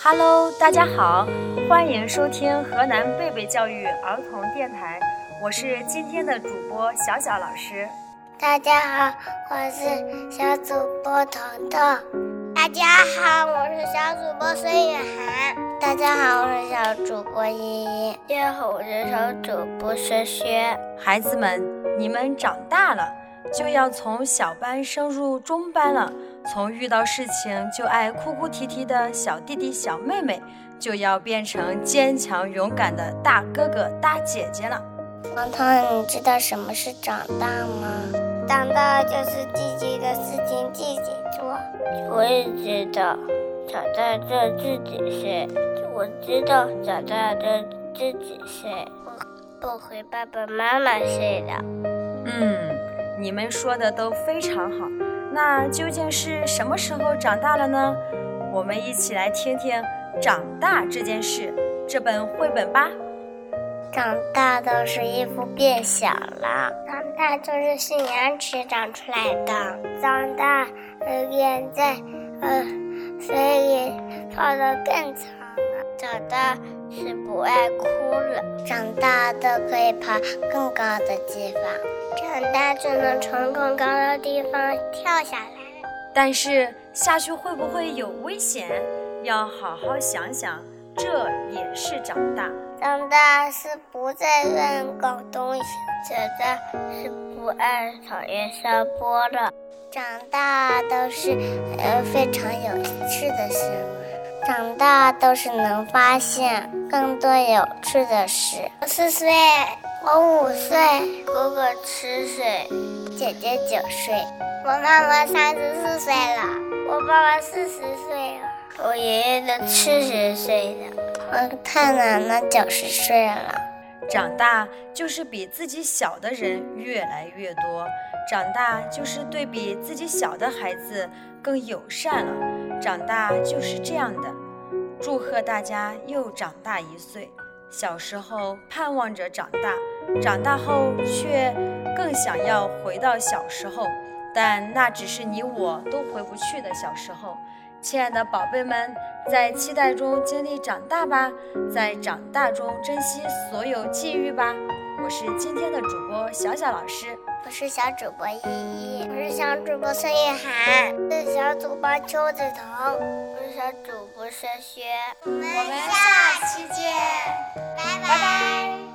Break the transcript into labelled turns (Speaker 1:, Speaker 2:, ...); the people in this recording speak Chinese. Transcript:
Speaker 1: Hello，大家好，欢迎收听河南贝贝教育儿童电台，我是今天的主播小小老师。
Speaker 2: 大家好，我是小主播彤彤。大家好，我是小主播孙雨涵。大家好，我是小主播依依。大家好，我是小主播薛薛。
Speaker 1: 孩子们，你们长大了，就要从小班升入中班了。从遇到事情就爱哭哭啼啼的小弟弟、小妹妹，就要变成坚强勇敢的大哥哥、大姐姐了。
Speaker 2: 彤彤，你知道什么是长大吗？长大就是自己的事情自己做。我也知道，长大做自己事。我知道长大做自己事。我不回爸爸妈妈睡了。
Speaker 1: 嗯，你们说的都非常好。那究竟是什么时候长大了呢？我们一起来听听《长大这件事》这本绘本吧。
Speaker 2: 长大都是衣服变小了，长大就是是牙齿长出来的，长大呃眼在呃所以泡的更长了，长大是不爱哭了，长大都可以爬更高的地方，长大就能从更高的地方跳下来。
Speaker 1: 但是下去会不会有危险？要好好想想，这也是长大。
Speaker 2: 长大是不再乱搞东西，长大是不爱讨厌山坡了。长大都是呃非常有趣的事，长大都是能发现更多有趣的事。我四岁，我五岁，哥哥七岁，姐姐九岁，我妈妈三十四岁了，我爸爸四十岁了，我爷爷都七十岁了。我太奶奶九十岁了，
Speaker 1: 长大就是比自己小的人越来越多，长大就是对比自己小的孩子更友善了。长大就是这样的。祝贺大家又长大一岁。小时候盼望着长大，长大后却更想要回到小时候，但那只是你我都回不去的小时候。亲爱的宝贝们，在期待中经历长大吧，在长大中珍惜所有际遇吧。我是今天的主播小小老师，
Speaker 2: 我是小主播依依，我是小主播孙雨涵，我是小主播邱子彤，我是小主播薛薛。我们下期见，拜拜。拜拜